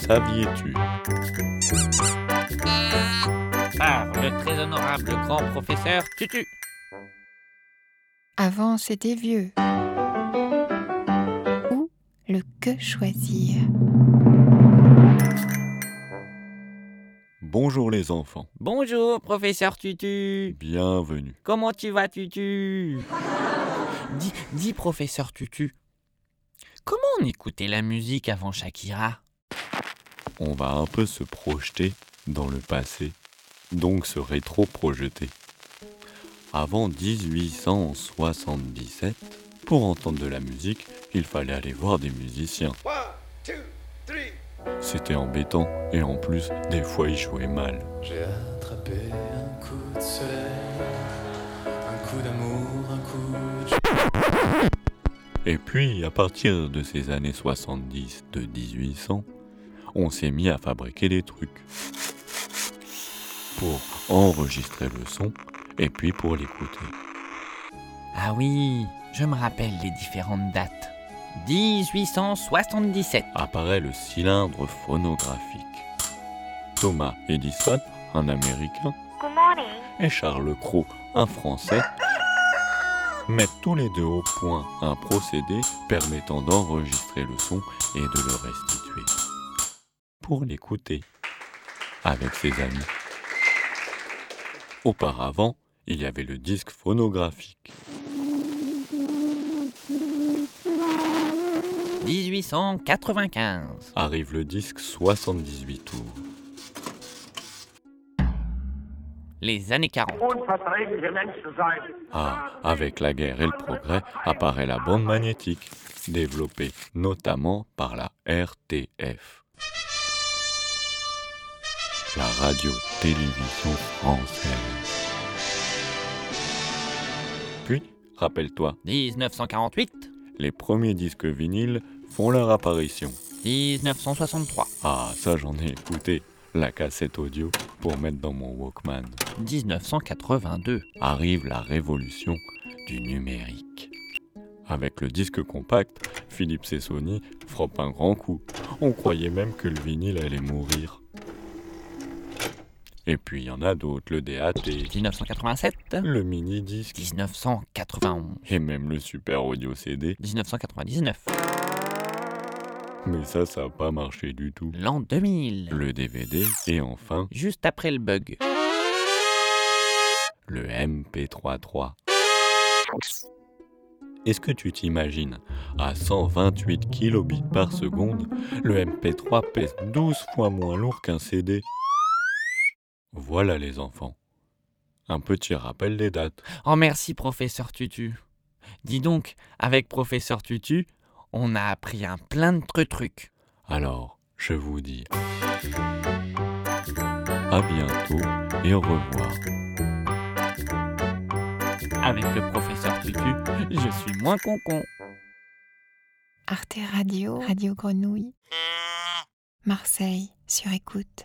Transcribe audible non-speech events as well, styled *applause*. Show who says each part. Speaker 1: saviez-tu
Speaker 2: Par le très honorable grand professeur Tutu.
Speaker 3: Avant, c'était vieux. Ou le que choisir
Speaker 1: Bonjour les enfants,
Speaker 2: Bonjour, professeur Tutu.
Speaker 1: bienvenue.
Speaker 2: Comment tu vas, *laughs* Tutu Dis, dis, professeur Tutu. Comment on écoutait la musique avant Shakira
Speaker 1: On va un peu se projeter dans le passé, donc se rétro-projeter. Avant 1877, pour entendre de la musique, il fallait aller voir des musiciens.
Speaker 4: One, two, three.
Speaker 1: C'était embêtant et en plus, des fois ils jouaient mal.
Speaker 5: J'ai attrapé un coup de soleil, un coup d'amour, un coup de
Speaker 1: Et puis, à partir de ces années 70 de 1800, on s'est mis à fabriquer des trucs pour enregistrer le son et puis pour l'écouter.
Speaker 2: Ah oui, je me rappelle les différentes dates. 1877.
Speaker 1: Apparaît le cylindre phonographique. Thomas Edison, un Américain, et Charles Cros, un Français, mettent tous les deux au point un procédé permettant d'enregistrer le son et de le restituer pour l'écouter avec ses amis. Auparavant, il y avait le disque phonographique.
Speaker 2: 1895.
Speaker 1: Arrive le disque 78 tours.
Speaker 2: Les années 40.
Speaker 4: Unverträgliche Menschensein.
Speaker 1: Ah, avec la guerre et le progrès apparaît la bande magnétique, développée notamment par la RTF, la radio-télévision française. Puis, rappelle-toi,
Speaker 2: 1948.
Speaker 1: les premiers disques vinyles font leur apparition.
Speaker 2: 1963.
Speaker 1: Ah, ça j'en ai écouté, la cassette audio pour mettre dans mon Walkman.
Speaker 2: 1982.
Speaker 1: arrive la révolution du numérique. Avec le disque compact, Philips et Sony frappent un grand coup. On croyait même que le vinyle allait mourir. Et puis il y en a d'autres, le DAT,
Speaker 2: 1987.
Speaker 1: le mini-disque
Speaker 2: 1991.
Speaker 1: et même le super audio CD.
Speaker 2: 1999.
Speaker 1: Mais ça, ça n'a pas marché du tout.
Speaker 2: L'an 2000.
Speaker 1: Le DVD et enfin
Speaker 2: Juste après le bug.
Speaker 1: le MP33. Est-ce que tu t'imagines À 128 kilobits par seconde, le MP3 pèse 12 fois moins lourd qu'un CD. Voilà les enfants. Un petit rappel des dates.
Speaker 2: Oh merci professeur Tutu. Dis donc, avec professeur Tutu, on a appris un plein de trucs trucs.
Speaker 1: Alors, je vous dis à bientôt et au revoir.
Speaker 2: Avec le professeur Tutu, je suis moins concon.
Speaker 3: Arte Radio, Radio Grenouille, Marseille, sur écoute.